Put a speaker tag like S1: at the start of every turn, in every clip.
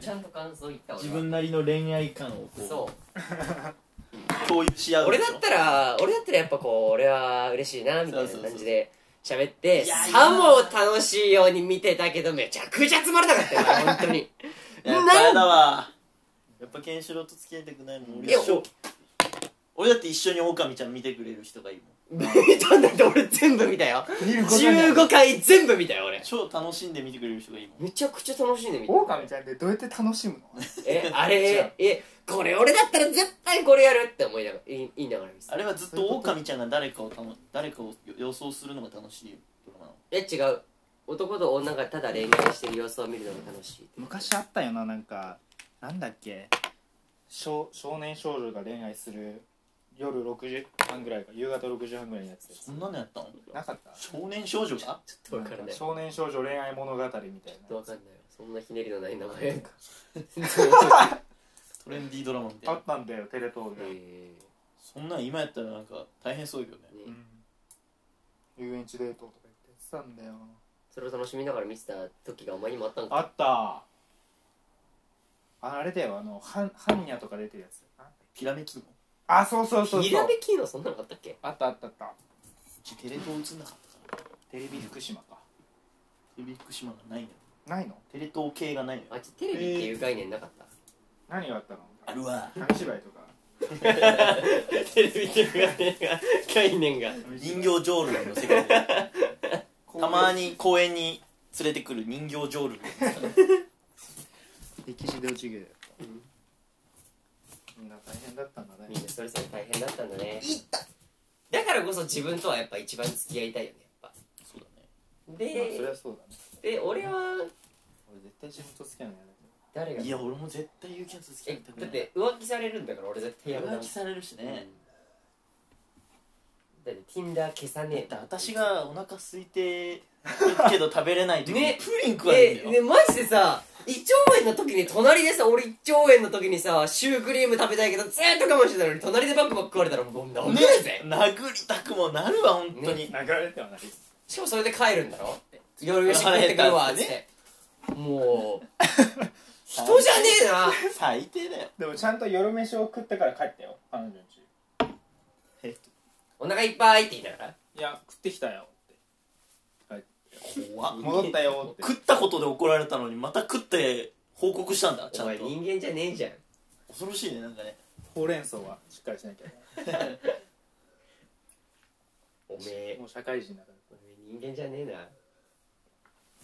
S1: ちゃんと感想言った俺
S2: 自
S1: は
S2: 分なりの恋愛感をこ
S1: そう
S2: 共有し合
S1: う
S2: う
S1: 俺
S2: でし
S1: だ
S2: ょ
S1: ったら俺だったらやっぱこう俺は嬉しいなみたいな
S2: そうそうそう
S1: 感じで喋って
S2: いやいや
S1: さも楽しいように見てたけどめちゃくちゃつまらなかったよ俺本当に
S2: やっぱやだわやっぱケンシロウと付き合いたくないもん
S1: い
S2: 俺
S1: や
S2: 一緒俺だって一緒にオオカミちゃん見てくれる人がいいも
S1: 見たんだって俺全部見たよ
S2: ん見る
S1: 15回全部見たよ俺
S2: 超楽しんで見てくれる人がいいもん
S1: めちゃくちゃ楽しいね見
S3: オオカミちゃんってどうやって楽しむの
S1: えあ
S2: じゃあ
S1: れえこれ俺だったら絶対これやるって思いながら言い言いながら見てた
S2: あれはずっとオオカミちゃんが誰かをたの誰かを予想するのが楽しいドラマなの
S1: え違う男と女がただ恋愛してる様子を見るのが楽しい
S3: 昔あったよななんかなんだっけ少少年少女が恋愛する夜6時半ぐらいか夕方6時半ぐらいのやつです
S2: そんなのやったの
S3: なかった
S2: 少年少女が
S1: ちょっとわから
S3: ん
S1: な
S3: か
S1: い
S3: 少年少女恋愛物語みたい
S1: ちょっと
S3: な
S1: わかんないわそんなひねりのない名前か
S2: トレンディードラマみたい
S3: あ
S2: な
S3: ったんだよテレ東で、
S1: え
S2: そんなん今やったらなんか大変そうよね
S1: ー
S3: う
S1: ね
S3: ん遊園地デートとか言ってやってたんだよ
S1: それを楽しみながら見てた時がお前にもあったんか
S3: あったああれだよあのハンハンニャとか出てるやつ
S2: ピラメキーノ
S3: あそうそうそう
S1: ひ
S3: そ
S1: ら
S3: う
S1: めきのそんなのあったっけ
S3: あったあったあった
S2: ちょテレ東映んなかったから
S3: テレビ福島か
S2: テレビ福島がないのよ
S3: ないの
S2: テレ東系がないのよ
S1: あちょテレビっていう概念なかった、
S3: 何があったの
S2: あるわ
S3: 紙芝居とか
S1: テレビっていう概念が概念が
S2: 人形浄瑠璃の世界たまに公園に連れてくる人形浄瑠璃
S3: 歴史で落ちるみんな大変だったんだ
S1: み
S3: ね
S1: んなそれぞれ大変だったんだねだからこそ自分とはやっぱ一番付き合いたいよねやっぱ
S2: そうだね
S3: まあそり
S1: で
S3: ゃそうだね
S1: で俺は
S3: 俺絶対自分とつけないよね
S1: 誰が
S2: いや俺も絶対有機物付き合
S1: え
S2: いたく
S1: だ
S2: な
S1: っ
S2: い
S1: て浮気されるんだから俺絶対やめな
S2: 浮気されるしね、
S1: だって Tinder 消さねえ
S2: だって私がお腹空いてるけど食べれない時に
S1: ね
S2: プリン食わ
S1: え
S2: れるんだよ、
S1: ねマジでさ一兆円の時に隣でさ俺一兆円の時にさシュークリーム食べたいけどずーっと我慢してたのに隣でバックバック食われたらもうな
S2: ね
S1: めるぜ
S2: 殴りたくもなるわ本当に、
S3: 殴られてはない
S1: しかもそれで帰るんだろって夜飯食ってくるわっつっ
S2: 腹減
S1: てもう人じゃねえな
S2: 最低だよ
S3: でもちゃんと夜飯を食ってから帰ったよ彼女んち
S2: え
S1: お腹いっぱいって言いながら
S3: いや食ってきたよって
S2: 怖っ
S3: 戻ったよって
S2: 食ったことで怒られたのにまた食って報告したんだち
S1: お
S2: ゃん
S1: 前
S2: と
S1: 人間じゃねえじゃん
S2: 恐ろしいねなんかね
S3: ほうれん草はしっかりしなきゃ
S1: おめえ
S3: もう社会人だから
S1: おめえ人間じゃねえな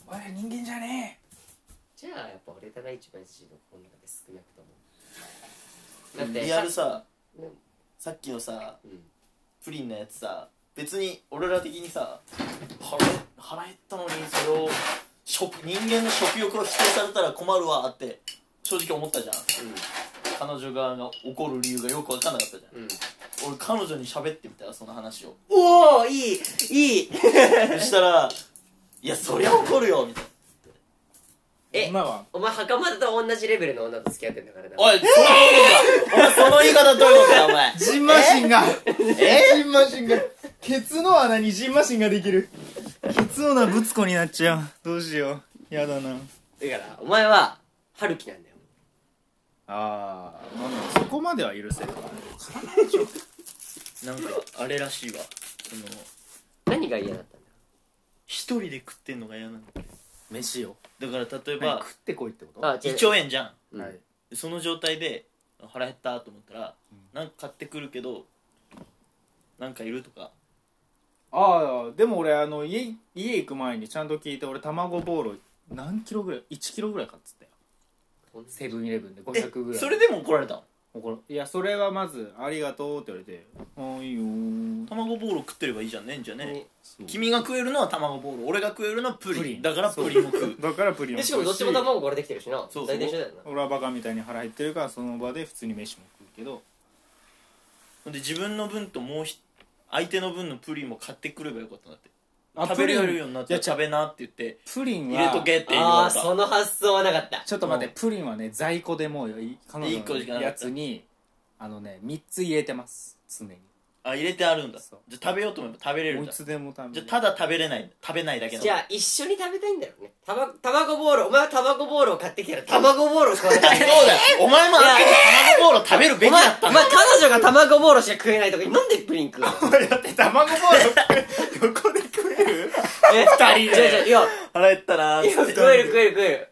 S3: お前ら人間じゃね
S1: じゃあやっぱ俺だな一番自のこの中で少なくともだって
S2: リアルさ
S1: うん
S2: さっきのさ
S1: うん
S2: プリンのやつさ別に俺ら的にさ腹腹減ったのにそれを食人間の食欲を否定されたら困るわって正直思ったじゃん彼女側が怒る理由がよく分かんなかったじ
S1: うん、うん、
S2: ゃん俺彼女に喋ってみたらその話を
S1: おおいいいい
S2: そしたら「いやそりゃ怒るよ」みたいな
S3: え
S1: え
S3: 今は
S1: お前袴田と同じレベルの女と付き合ってんだからな
S2: おいその言い方 お前その言い方どういうことだお前
S3: ジンマシンがジンマシンがケツの穴にジンマシンができるケツの穴ぶつこになっちゃうどうしようやだな
S1: だからお前は春樹なんだよ
S3: あーまあでもそこまでは許せるわ
S2: なんかあれらしいわその
S1: 何が嫌だったんだ
S2: 一人で食ってんのが嫌なんだ
S3: 飯を
S2: だから例えば、
S3: 食ってこいってこと
S1: あ
S2: 胃腸炎じゃん
S1: うん
S3: はい
S2: その状態で腹減ったと思ったら、なんか買ってくるけどなんかいるとか
S3: ああでも俺あの家家行く前にちゃんと聞いて俺卵ボーロ何キロぐらい1キロぐらい買ってたよセブンイレブンで500ぐらい
S2: それでも怒られたの
S3: 怒るいやそれはまず「ありがとう」って言われて「ああいいよー
S2: 卵ボール食ってればいいじゃんねんじゃね
S1: ね
S3: そう
S2: 君が食えるのは卵ボール俺が食えるのはプリン
S3: プリン
S2: だからプリンを食う
S3: だからプリン
S1: えしかもどっちも
S3: 食うし
S1: 卵からできてるしな
S2: そうそう
S1: 大体一緒だよな
S3: 俺はバカみたいに腹減ってるからその場で普通に飯も食うけど
S2: ほんで自分の分ともうひ相手の分のプリンも買ってくればよかったんだって
S3: あ
S2: 食べれ
S3: プリン
S2: るようになったら
S3: いや
S2: 食べなって言って
S3: プリン
S2: 入
S3: は
S2: れとけって言わ
S1: あ
S2: れ
S1: あ
S2: た
S1: その発想はなかった
S3: ちょっと待ってプリンはね在庫でもうよい彼
S2: 一個しかな
S3: 女の
S2: かった
S3: やつにあのね3つ入れてます常に
S2: あ入れてあるんだ
S3: そう
S2: じゃあ食べようと思えば食べれる
S3: も
S2: ん
S3: うい
S2: だ
S3: つでも食べ
S2: じゃ
S3: れる
S2: あただ食べれない食べないだけなの
S1: じゃあ一緒に食べたいんだろうねたま卵ボールお前は卵ボールを買ってきたら卵ボールを食わなきゃいけ
S2: そう
S1: ない
S2: だよお前もあっけに卵ボーロ食べるべ
S1: お
S2: き
S1: 前
S2: だった
S1: お
S2: んだ
S1: 前彼女が卵ボールしか食えないとかになんでプリン食うの
S3: だって卵ボール横で食える
S1: え
S2: 二人で
S1: じゃあじゃあいや
S2: 腹減ったなー
S1: いや
S2: って
S1: 食える食える食える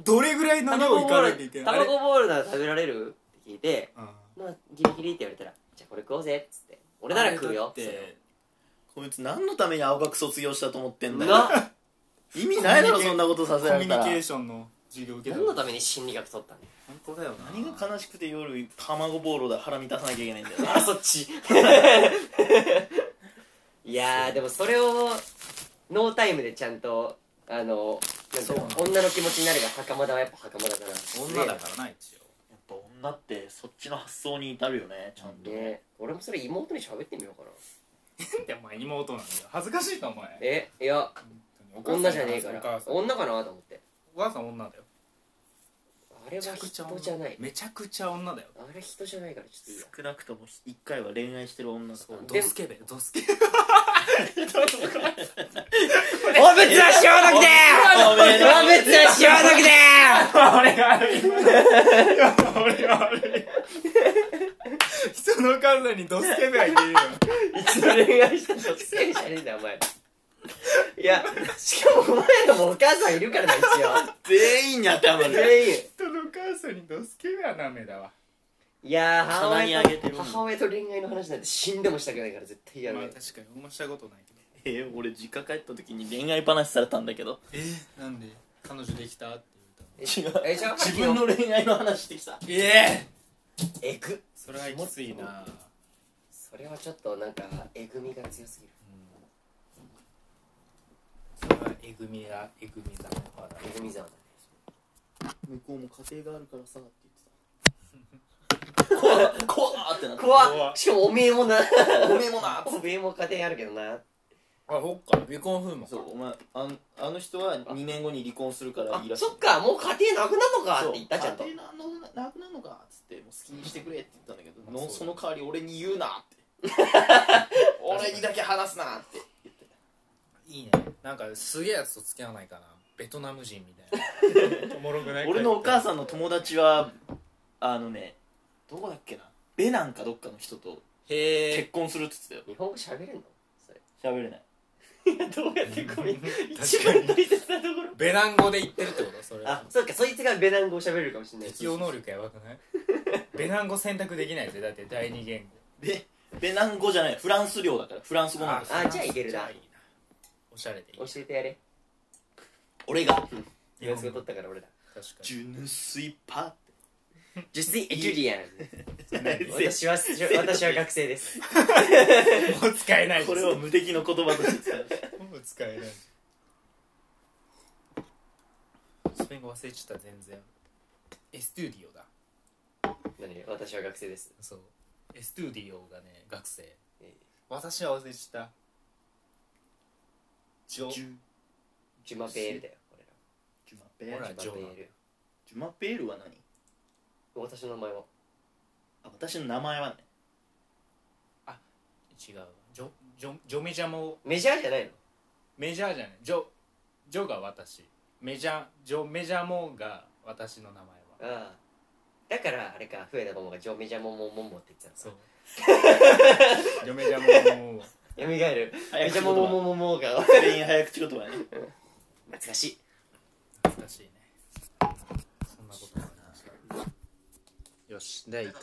S3: どれぐらい7をい
S1: 卵ボ
S3: か
S1: ー
S3: な
S1: ル
S3: きゃいけない
S1: 卵ボールなら食べられるって聞いて
S3: あれうん
S1: まあギリギリって言われたらじゃあこれ食おうぜっつって俺なら食うよ
S2: あれだってこいつ何のために青学卒業したと思ってんだよ
S1: な
S2: 意味ないだろ
S3: コミュニケ
S2: そんなことさせら
S3: コミ
S2: れた
S3: ュニ
S2: ら
S3: ケーションの授業受けた
S1: 何のために心理学取ったんだよ
S3: 本当だよ
S2: 何
S3: な
S2: が悲しくて夜卵ボーロで腹満たさなきゃいけないんだよな
S1: あそっち いやーでもそれをノータイムでちゃんとあのなんだろ
S3: そう
S1: 女の気持ちになるが袴田はやっぱ袴田だな
S3: 女だからな一
S2: やっぱ女ってそっちの発想に至るよねちゃんと、
S1: ね俺もそれ妹に喋ってみようかな
S3: 応でお前妹なんだよ恥ずかしいとお前
S1: えいや
S3: 本当にお母さん
S1: 女じゃねえか
S3: お母
S1: ら
S3: さん
S1: 女かなと思って
S3: お母さん女だよ
S1: あれ
S3: めち
S1: は
S3: ゃくちゃ
S1: 人
S3: 女
S1: じゃない
S3: めちゃくちゃ女だよ
S1: あれ人じゃないからちょっといいや
S2: 少なくとも一回は恋愛してる女だか
S3: そ
S2: ら
S3: う
S1: で
S3: ドスケベドスケベ
S1: おぶつは消毒だ
S2: おめでとう
S1: よおぶつは消毒だよ
S3: 俺が悪い俺が悪い人の体にドスケベはいねえよ
S1: 一度恋愛したと失礼じゃねえんだよお前いやしかもお前のもお母さんいるからな一応
S2: 全員に当てはまる
S1: 全員
S3: 人の母さんにドスケベはダメだわ
S1: いやー母
S2: 棚に
S1: 親
S2: あ
S1: と
S2: げてる
S1: 母親と恋愛の話なんて死んでもしたくないから絶対
S3: ま
S1: や
S3: あ
S1: めない、
S3: 確かに面したことないけど
S2: えー俺実家帰った時に恋愛話されたんだけど
S3: えなんで彼女できたって
S1: え
S2: 違う
S1: えじゃあ
S2: 自分の恋愛の話してきた
S3: 言うたええ
S1: えぐ
S3: それはきついな
S1: それはちょっとなんかえぐみが強すぎる
S3: それはえぐみだえぐみだ
S1: えぐみざん
S2: 向こうも家庭があるからさって言ってた 怖っ怖っってなって
S1: 怖っしかもおめえもな
S2: おめえもな
S1: おめえも家庭あるけどな
S3: あほっか離婚風も
S2: そうお前あんあの人は2年後に離婚するから
S1: あ
S2: いいらしい
S1: そっかもう家庭なくなるのか
S2: そ
S1: っ
S2: う
S1: て言ったちゃんと
S2: 家庭なのなくなるのかっつってもう好きにしてくれって言ったんだけど
S3: まあ
S2: の
S3: そうだ
S2: その代わり俺に言うなって 俺にだけ話すなって言って
S3: いいねなんかすげえやつと付き合わないかなベトナム人みたいな おもろくな
S2: 俺のお母
S3: ん
S2: さんの友達はあのねどこだっけなベナンかどっかの人と
S3: へ
S2: 結
S3: え
S2: 婚するっつって
S1: 日本語喋れんのそれ
S2: たよ喋れない
S1: いやどうやってこみ一
S3: 確か
S1: 番
S3: に
S1: 大切なところ
S3: ベナン語で言ってるってことそれ
S1: あそっかそいつがベナン語を喋れるかもしれない
S3: 適応能力やばく ないベナン語選択できないぜだって第二言語
S2: ベベナン語じゃないフランス領だからフランス語なんです
S1: あじゃあいけるな
S3: じゃあいいおしゃれでいい
S1: 教えてやれ
S2: 俺が
S1: フランス語取ったから俺だ
S3: 確か
S2: 「ジュヌスイパ
S1: ジュスイ・エジュリアン
S2: ー」って
S1: 私は私は学生です
S3: にもう使えないです
S2: これを無敵の言葉として使う
S3: もう使えないスペイン語忘れちゃった全然エストゥーディオだ
S1: 何私は学生です
S3: そうエストゥーディオがね学生
S1: ええ
S3: 私は忘れちゃったジョ
S2: ジュ
S1: ジュマペールだよ俺ら
S2: ジュマペー
S3: ほ
S2: ル
S3: ら
S1: ジュマペー
S3: ジ
S1: ル
S2: ジュマペールは何
S1: 私の名前は
S2: あ私の名前はね
S3: 違うわジョジョジョメジャも
S1: メジャーじゃないの
S3: メジャーじゃないジョジョが私メジャジョメジャモが私の名前は
S1: ああだからあれか笛田桃がジョメジャモモモモって言ってたの
S3: そうジョメジャモも
S1: よみがえるメ
S2: 早
S1: ジ
S2: 口
S1: ャ
S2: 言
S1: モモ
S2: 葉
S1: モモモが
S2: スペイン早口言葉ね
S1: 懐かしい
S3: 懐かしいねそんなこともありましたよし第1回